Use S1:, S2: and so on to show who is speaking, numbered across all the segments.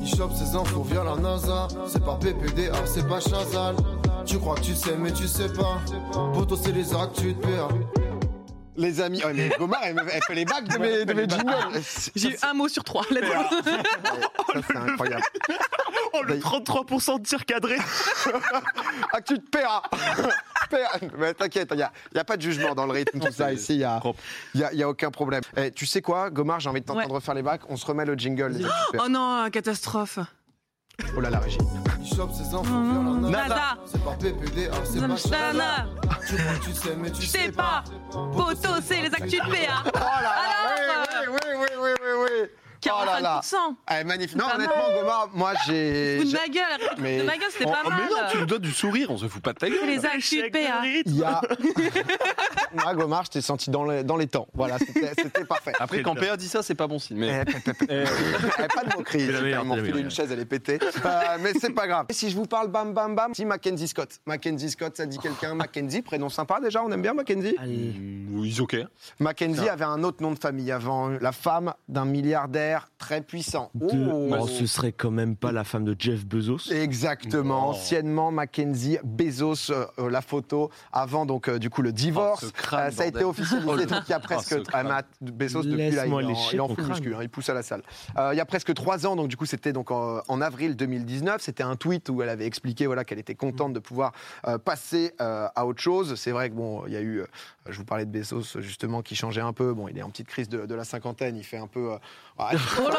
S1: Il chope ses infos via la NASA. C'est pas PPDA, c'est pas Chazal. Tu crois que tu sais, mais tu sais pas. Poto, c'est les actes, tu te perds.
S2: Les amis, oh, mais Gomard, elle, me- elle fait les bacs de mes, de mes jingles.
S3: J'ai eu un mot sur trois. let's go.
S2: Ça, Ah, c'est incroyable.
S4: Oh,
S2: Bah,
S4: le 33% de tir cadré
S2: Ah, tu te paieras. Paieras. Mais t'inquiète, il n'y a, y a pas de jugement dans le rythme, tout ça. Ici, il n'y a,
S4: propre.
S2: y a, y a aucun problème. Eh, tu sais quoi, Gomard, j'ai envie de t'entendre faire les bacs. On se remet le jingle. les amis, tu te paieras.
S3: Oh non, catastrophe.
S2: Oh là, la régie.
S1: Il chope ses infos via la NASA.
S3: Mmh, Nada,
S1: C'est pas PPDA, c'est pas Chazal.
S3: Nana,
S1: Tu crois que tu sais, mais tu
S3: je
S1: sais
S3: sais
S1: pas.
S3: pas. Poto, c'est les actus de PA.
S2: Oh là là,
S3: Alors,
S2: oui, oui, oui, oui, oui, oui. Oh là là.
S3: 45%.
S2: Eh, magnifique. Non,
S3: Pas mal.
S2: honnêtement, Gomard, moi, j'ai.
S3: Coup de
S2: j'ai-
S3: ma gueule, coup
S2: Mais-
S3: de ma gueule, c'était
S4: Oh,
S3: pas
S4: oh,
S3: mal.
S4: Mais non, tu nous donnes du sourire, on se fout pas de ta gueule.
S3: Les actus de PA.
S2: Il y a. Moi, Gomard, je t'ai senti dans, le- dans les temps. Voilà, c'était c'était parfait.
S5: Après, quand PA dit ça, c'est pas bon signe. Mais...
S2: Eh, pas de moquerie,
S4: C'est la meilleure, c'est
S2: elle m'a
S4: la
S2: enfilé
S4: meilleure.
S2: une chaise, elle est pétée. Euh, mais c'est pas grave. Et si je vous parle bam bam bam, si Mackenzie Scott. Mackenzie Scott, ça dit quelqu'un. Mackenzie, prénom sympa déjà, on aime bien Mackenzie.
S4: Mm, Oui,
S5: hein.
S4: ok.
S2: Mackenzie avait un autre nom de famille avant, la femme d'un milliardaire très puissant.
S6: De-
S2: Oh.
S6: Oh, ce serait quand même pas la femme de Jeff Bezos.
S2: Exactement,
S4: Oh.
S2: anciennement Mackenzie Bezos, euh, euh, la photo avant donc euh, du coup le divorce.
S5: Oh, ce crâne,
S2: Euh, ça a été
S5: bordel.
S2: officialisé
S5: Oh, le-
S2: donc il y a
S5: Oh,
S2: presque
S5: ce crâne.
S2: Ah, Matt Bezos depuis là, il,
S6: Laisse-moi
S2: en-
S6: lécher
S2: il en
S6: ton
S2: fout le
S6: crâne.
S2: muscu, hein, il pousse à la salle. Euh, il y a presque trois ans donc du coup c'était donc en, en avril 2019, c'était un tweet où elle avait expliqué voilà qu'elle était contente de pouvoir euh, passer euh, à autre chose. C'est vrai que bon il y a eu, euh, je vous parlais de Bezos euh, justement qui changeait un peu. Bon il est en petite crise de, de la cinquantaine, il fait un peu. euh, ah, il fait un peu-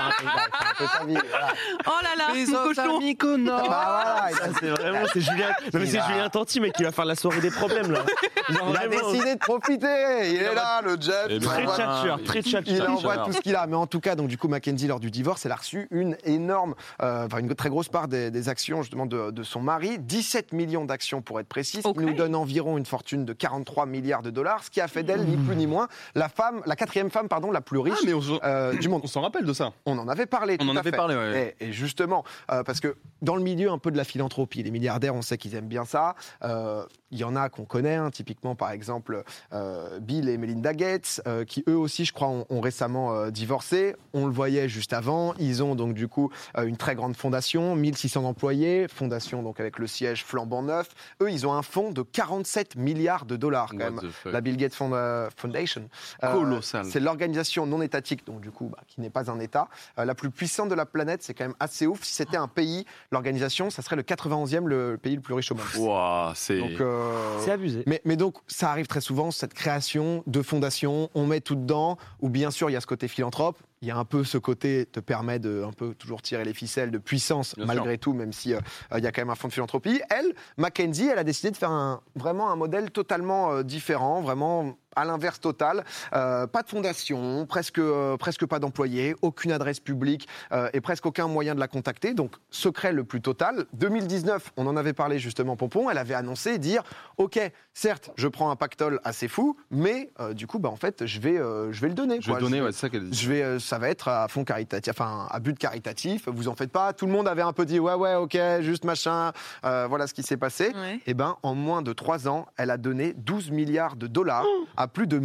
S2: il fait un peu sa vie, voilà.
S3: Oh là là, mon cochon.
S2: Bah, voilà, il-
S6: Oh. Ça, c'est vraiment, c'est Julien, non, mais c'est Julien Tanti, mec, qui va faire la soirée des problèmes, là. Genre,
S2: Il a
S6: vraiment,
S2: décidé de profiter. Il est là, le Jeff.
S4: Eh ben,
S2: Il
S6: Très
S2: envoie-
S6: tchatcheur, très
S2: Il
S6: tchatcheur.
S2: envoie tout ce qu'il a. Mais en tout cas, donc du coup, Mackenzie, lors du divorce, elle a reçu une énorme, euh, enfin une très grosse part des, des actions justement de, de son mari. 17 millions d'actions pour être précise.
S3: Ok.
S2: Il nous donne environ une fortune de 43 milliards de dollars, ce qui a fait d'elle ni plus ni moins la femme, la quatrième femme, pardon, la plus riche.
S5: Ah, mais on s'en-
S2: euh, du monde.
S5: on s'en rappelle de ça.
S2: On en avait parlé.
S5: On
S2: tout
S5: en
S2: à
S5: avait
S2: fait.
S5: parlé, ouais. ouais.
S2: Et, et justement, euh, parce que dans le milieu un peu de la philanthropie, les milliardaires, on sait qu'ils aiment bien ça. Euh, Il y en a qu'on connaît, hein, typiquement par exemple euh, Bill et Melinda Gates, euh, qui eux aussi, je crois, ont, ont récemment euh, divorcé. On le voyait juste avant. Ils ont donc du coup euh, une très grande fondation, 1600 employés, fondation donc avec le siège flambant neuf. Eux, ils ont un fonds de 47 milliards de dollars quand même
S5: What the fuck.
S2: la Bill Gates Fond- euh, Foundation. Euh,
S5: Colossal.
S2: C'est l'organisation non étatique, donc du coup, bah, qui n'est pas un État, euh, la plus puissante de la planète. C'est quand même assez ouf. Si c'était un pays, l'organisation, ça serait le 91e, le, le pays le plus riche au monde.
S5: Ouah, c'est.
S2: Donc, euh,
S6: C'est abusé.
S2: mais, mais donc, ça arrive très souvent, cette création de fondations, on met tout dedans, ou bien sûr, il y a ce côté philanthrope, il y a un peu ce côté te permet de un peu toujours tirer les ficelles de puissance,
S5: Bien
S2: malgré tout, même si euh, euh, il y a quand même un fonds de philanthropie. Elle, Mackenzie, elle a décidé de faire un, vraiment un modèle totalement euh, différent, vraiment à l'inverse total. Euh, pas de fondation, presque, euh, presque pas d'employés, aucune adresse publique euh, et presque aucun moyen de la contacter. Donc, secret le plus total. 2019, on en avait parlé justement, Pompon, elle avait annoncé dire Ok, certes, je prends un pactole assez fou, mais euh, du coup, bah, en fait, je vais, euh, je vais le donner.
S5: Je
S2: quoi.
S5: vais donner, ouais, c'est ça qu'elle dit.
S2: Je vais, euh, ça va être à fond caritatif, enfin à but caritatif. Vous en faites pas. Tout le monde avait un peu dit ouais ouais ok juste machin. Euh, voilà ce qui s'est passé.
S3: Ouais.
S2: Eh ben, en moins de 3 ans, elle a donné 12 milliards de dollars à plus de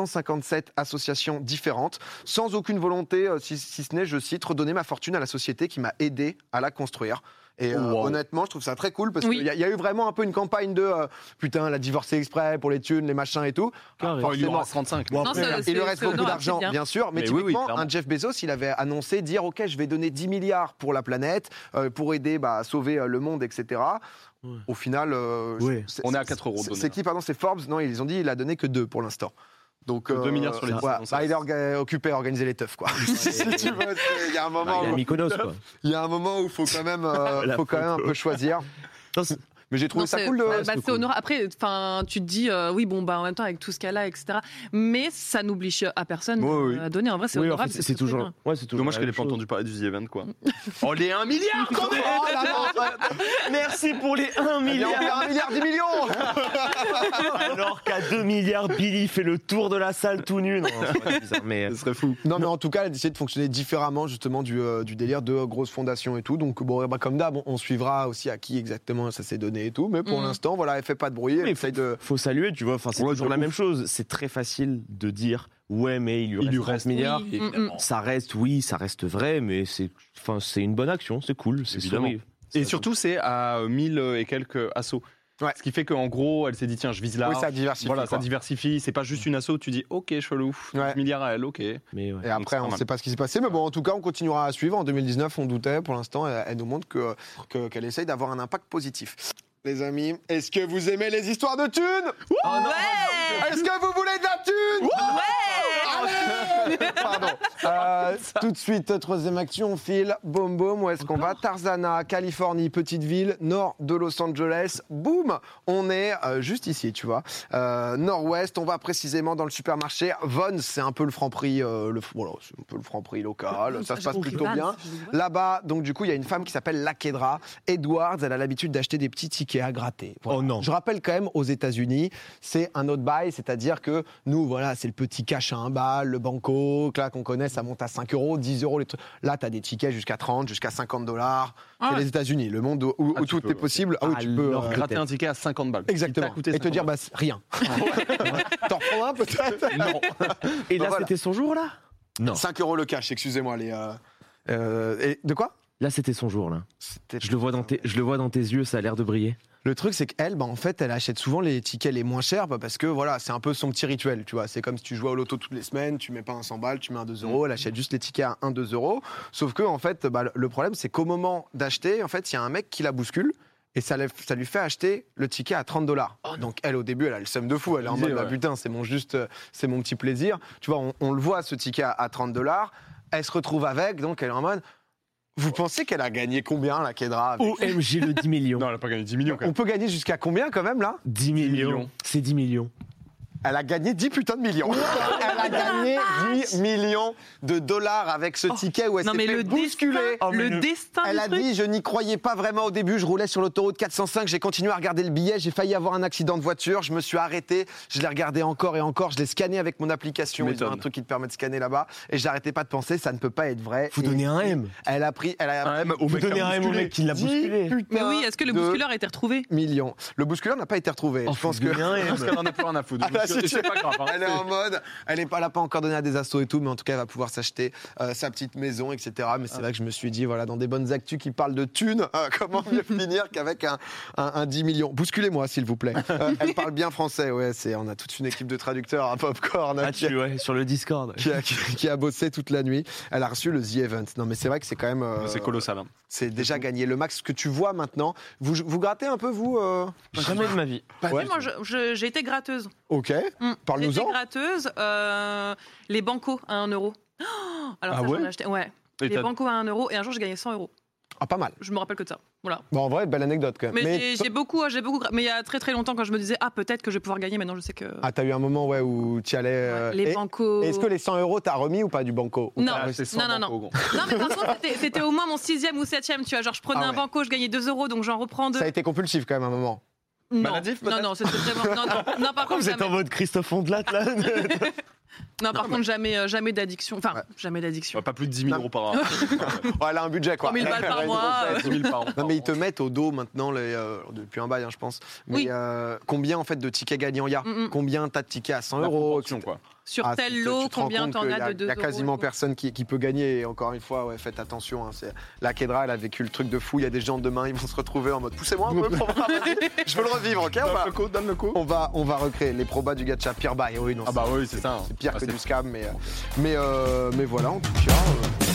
S2: 1257 associations différentes, sans aucune volonté, euh, si, si ce n'est, je cite, redonner ma fortune à la société qui m'a aidé à la construire. Et euh,
S4: Wow.
S2: honnêtement, je trouve ça très cool parce
S3: Oui.
S2: qu'il y, a- il y a eu vraiment un peu une campagne de euh, putain, la divorcée exprès pour les thunes, les machins et tout.
S6: Carré.
S5: Oh, il lui en
S2: forcément.
S5: reste 35.
S6: Bon,
S3: Non,
S6: après,
S3: ça-
S6: là,
S2: Il lui
S3: C'est-
S2: reste
S3: c'est
S2: beaucoup
S3: honorable,
S2: d'argent,
S3: c'est bien.
S2: bien sûr, mais,
S5: Mais oui, oui,
S2: typiquement, un
S5: clairement.
S2: Jeff Bezos, il avait annoncé dire Ok, je vais donner 10 milliards pour la planète, euh, pour aider bah, à sauver euh, le monde, etc.
S6: Ouais.
S2: Au final, euh, je-
S6: Ouais.
S2: c'est-
S5: On est à
S2: c'est-
S5: 4 euros de
S2: c'est-
S5: donner,
S2: C'est
S5: là.
S2: qui, pardon C'est Forbes Non, ils ont dit il a donné que 2 pour l'instant. Donc,
S5: Que deux milliards sur les
S2: ouais,
S5: dix, non, ça
S2: bah, il est orga- occupé à organiser les teufs, quoi. si tu veux, c'est- il y a un moment,
S5: Bah,
S6: Il a
S2: où-
S6: Mykonos, quoi.
S2: il y a un moment où faut quand même, euh,
S6: La
S2: faut quand même un
S6: photo.
S2: peu choisir.
S6: Non, c'est-
S2: Mais j'ai trouvé
S3: Non,
S2: ça
S3: c'est-
S2: cool. de-
S3: bah,
S2: parce
S3: bah,
S2: que
S3: c'est honorable. Après, enfin, tu te dis, euh, oui, bon, bah, en même temps, avec tout ce qu'elle a, etc. Mais ça n'oblige à personne
S2: Oui, oui.
S3: euh, à donner. En vrai, c'est
S6: Oui, en
S3: honorable.
S6: fait, c'est c'est toujours. Ouais, c'est toujours.
S5: Dommage qu'elle n'ait
S6: la
S5: pas
S6: même chose.
S5: entendu parler du The Event, quoi. oh, les 1
S2: Oh
S5: milliard, attendez
S2: là là,
S6: Merci pour les
S2: eh bien, on
S6: 1
S2: fait
S6: milliard.
S2: un milliard, 10 millions
S6: Alors qu'à 2 milliards, Billy fait le tour de la salle tout nu. Non, c'est pas bizarre, mais. euh,
S5: Ce serait fou.
S2: Non, mais en tout cas, elle a décidé de fonctionner différemment justement du, euh, du délire de euh, grosses fondations et tout. Donc, bon, eh ben, comme d'hab, on, on suivra aussi à qui exactement ça s'est donné, années et tout, mais pour
S3: Mhm.
S2: l'instant, voilà, elle fait pas de bruit, elle
S6: Mais
S2: essaye de.
S6: Faut saluer, tu vois. Enfin, c'est
S5: Ouais,
S6: toujours
S5: de
S6: la
S5: ouf.
S6: même chose. C'est très facile de dire ouais, mais il lui
S4: Il
S6: reste,
S4: lui
S6: 30
S4: reste-
S6: milliards.
S5: Mm,
S3: Oui.
S4: Évidemment.
S6: Ça reste, oui, ça reste vrai, mais c'est, enfin, c'est une bonne action. C'est cool. C'est
S5: Évidemment.
S6: souri-
S5: Et
S6: ça-
S5: surtout, c'est à 1000 et quelques assauts.
S2: Ouais.
S5: Ce qui fait qu'en gros, elle s'est dit tiens, je vise là.
S2: Oui, ça diversifie.
S5: voilà, ça
S2: quoi.
S5: diversifie. C'est pas juste une asso, où tu dis ok, chelou.
S2: Ouais.
S5: 10 milliards à elle, ok.
S6: Mais ouais.
S2: Et après,
S5: c'est pas
S2: on ne
S5: mal.
S2: sait pas ce qui s'est passé, mais bon, en tout cas, on continuera à suivre. En 2019, on doutait. Pour l'instant, elle, elle nous montre que- que- qu'elle essaye d'avoir un impact positif. Les amis, est-ce que vous aimez les histoires de thunes
S3: Ouais
S2: Est-ce que vous voulez de la thune Allez Pardon. Euh, tout de suite, troisième action, on file. Boum, boum, où est-ce qu'on va Tarzana, Californie, petite ville, nord de Los Angeles. Boum On est euh, juste ici, tu vois. Euh, Nord-ouest, on va précisément dans le supermarché. Von, c'est un peu le franc prix, le, f- voilà, c'est un peu le franc prix local. Ah, Ça se passe plutôt
S3: Bah,
S2: bien. Là-bas, donc du coup, il y a une femme qui s'appelle Lakedra Edwards. Elle a l'habitude d'acheter des petits tickets à gratter. Voilà.
S6: Oh non.
S2: Je rappelle quand même aux États-Unis, c'est un autre bail, c'est-à-dire que nous, voilà, c'est le petit cash à un bal, le banco, que là qu'on connaît, ça monte à 5 euros, 10 euros. Les trucs. Là, t'as des tickets jusqu'à 30, jusqu'à 50 dollars.
S3: Ah
S2: c'est
S3: ouais.
S2: les États-Unis, le monde où, où
S5: Ah, tu
S2: tout
S5: peux,
S2: est
S5: ouais.
S2: possible. Ah oui, tu peux.
S6: Alors,
S2: euh,
S5: Gratter
S6: peut-être.
S5: un ticket à 50 balles.
S2: Exactement.
S5: Il t'a coûté
S2: Et te
S5: 50
S2: dire, bah, rien.
S6: Ah
S2: T'en reprendras peut-être
S5: balles. Non.
S6: Et là,
S2: Bah, voilà.
S6: c'était son jour là. Non.
S2: 5 euros le cash, excusez-moi. Les, euh, euh, et de quoi
S6: Là, c'était son jour là.
S2: C'était
S6: Je le vois dans tes, je le vois dans tes yeux. Ça a l'air de briller.
S2: Le truc, c'est qu'elle, bah, en fait, elle achète souvent les tickets les moins chers bah, parce que voilà, c'est un peu son petit rituel, tu vois. C'est comme si tu jouais au loto toutes les semaines, tu mets pas un 100 balles, tu mets un 2 euros, elle achète juste les tickets à 1, 2 euros. Sauf que, en fait, bah, le problème, c'est qu'au moment d'acheter, en fait, il y a un mec qui la bouscule et ça, la- ça lui fait acheter le ticket à 30 dollars. Donc, elle, au début, elle a le somme de fou. Elle est en mode,
S5: Organisé,
S2: bah,
S5: ouais.
S2: putain, c'est mon juste, euh, c'est mon petit plaisir. Tu vois, on, on le voit, ce ticket à, à 30 dollars. Elle se retrouve avec, donc elle est en mode. Vous pensez qu'elle a gagné combien, la Kedra avec-
S6: OMG le 10 millions.
S5: Non, elle a pas gagné 10 millions quand
S2: On
S5: même.
S2: peut gagner jusqu'à combien quand même là
S6: 10 millions.
S5: millions.
S6: C'est 10 millions.
S2: Elle a gagné 10 putains de millions. elle a gagné 8 millions de dollars avec ce ticket où elle
S3: Oh. Non
S2: s'est
S3: mais
S2: fait
S3: le
S2: bousculer.
S3: destin, Oh, le destin
S2: Elle
S3: du
S2: a
S3: truc.
S2: dit, je n'y croyais pas vraiment au début, je roulais sur l'autoroute 405, j'ai continué à regarder le billet, j'ai failli avoir un accident de voiture, je me suis arrêté, je l'ai regardé encore et encore, je l'ai scanné avec mon application,
S5: Tu
S2: ils ont un
S5: m'étonnes.
S2: truc qui te permet de scanner là-bas, et j'arrêtais pas de penser, ça ne peut pas être vrai.
S6: Faut
S2: Et
S6: donner un M.
S2: Elle a pris, elle a
S5: Un M au
S6: Faut
S5: mec qui a
S6: donner un M au
S5: bousculé.
S6: mec qui l'a
S2: 10
S6: bousculé.
S3: Mais
S2: putains
S3: oui, est-ce que le
S2: de
S3: bousculeur a été retrouvé
S2: millions. Le bousculeur n'a pas été retrouvé.
S6: Oh,
S2: je pense
S6: faut
S2: que
S6: donner un M.
S5: Parce qu'elle en a plus rien à foutre.
S2: Ah, là, c'est-
S5: Et c'est pas grave. hein.
S2: Elle est en mode, elle n'est pas là, pas encore donnée à des astos et tout, mais en tout cas, elle va pouvoir s'acheter euh, sa petite maison, etc. Mais c'est vrai que je me suis dit, voilà, dans des bonnes actus qui parlent de thunes, euh, comment mieux finir qu'avec un, un- un 10 millions Bousculez-moi, s'il vous plaît. Euh, elle parle bien français, ouais, c'est, on a toute une équipe de traducteurs à Popcorn. hein,
S6: Ah,
S2: qui-
S6: tu, ouais, sur le Discord.
S2: qui a, qui, qui a bossé toute la nuit. Elle a reçu le The Event. Non, mais c'est vrai que c'est quand même. euh,
S5: C'est colossal. hein.
S2: C'est déjà gagné. Le max que tu vois maintenant. Vous, vous grattez un peu, vous euh
S6: Jamais de ma vie.
S2: Ouais.
S3: Oui, moi, je- je- j'ai été gratteuse.
S2: Ok.
S3: Mm.
S2: Parle-nous-en.
S3: J'ai été gratteuse. euh, les bancos à 1 euro. Oh, Alors
S5: Ah
S3: ça, j'en ai
S5: ouais
S3: acheté- ouais.
S5: Et
S3: Les
S5: t'as-
S3: bancos à 1 euro. Et un jour, j'ai gagné 100 euros.
S2: Ah, pas mal.
S3: Je me rappelle que de ça. Voilà.
S2: Bon, en vrai, belle anecdote quand même.
S3: Mais,
S2: Mais
S3: j'ai- j'ai beaucoup, j'ai beaucoup. gra- Mais il y a très très longtemps, quand je me disais ah peut-être que je vais pouvoir gagner, maintenant je sais que
S2: Ah, t'as eu un moment ouais, où tu allais. euh,
S3: Ouais, les
S2: et-
S3: bancos.
S2: et Est-ce que les 100 euros t'as remis ou pas du banco Ou
S3: Non.
S2: t'as
S5: Ah,
S2: resté-
S5: c'est sans
S3: non, non.
S5: banco, gros.
S3: Non mais par contre, c'était- c'était au moins mon sixième ou septième, tu vois. Genre je prenais
S2: Ah
S3: un
S2: ouais.
S3: banco, je gagnais 2 euros, donc j'en reprends deux.
S2: Ça a été compulsif quand même à un moment.
S3: Non,
S5: Maladif,
S3: non,
S5: peut-être
S3: non, c'était vraiment. Non, non, non, par
S6: Pourquoi
S3: contre,
S6: vous êtes
S3: jamais,
S6: en mode Christophe Ondelat là
S3: non, par contre, jamais, euh, jamais d'addiction. Enfin,
S2: Ouais.
S3: jamais d'addiction.
S5: Pas plus de 10 000 euros par an.
S2: Ouais, elle a un budget quoi.
S3: 3 000 balles par
S2: Ouais,
S3: mois. euh,
S5: 10 000 par an.
S2: Non mais ils te mettent au dos maintenant les, euh, depuis un bail hein, je pense. Mais
S3: Oui.
S2: euh, combien en fait de tickets gagnants il y a
S3: Mm, mm.
S2: Combien t'as de tickets à 100
S5: La
S2: euros
S5: proportion, quoi.
S3: Sur
S2: Ah, tu
S3: tel
S2: te-
S3: lot,
S2: tu te rends
S3: combien
S2: compte
S3: t'en
S2: que y
S3: as
S2: a-
S3: de 2
S2: Il y
S3: euros
S2: a quasiment personne qui, qui peut gagner. Et encore une fois, ouais, faites attention. hein, c'est- la Kedra, elle a vécu le truc de fou. Il y a des gens demain, ils vont se retrouver en mode poussez-moi un peu pour voir. vas-y, Je veux le revivre, ok on va, On va, on va recréer les probas du gacha pire bail. Oui, non,
S5: Ah bah oui, c'est ça.
S2: C'est pire
S5: Ah,
S2: que
S5: c'est-
S2: du scam, mais, euh, mais, euh, mais voilà, en tout cas. euh,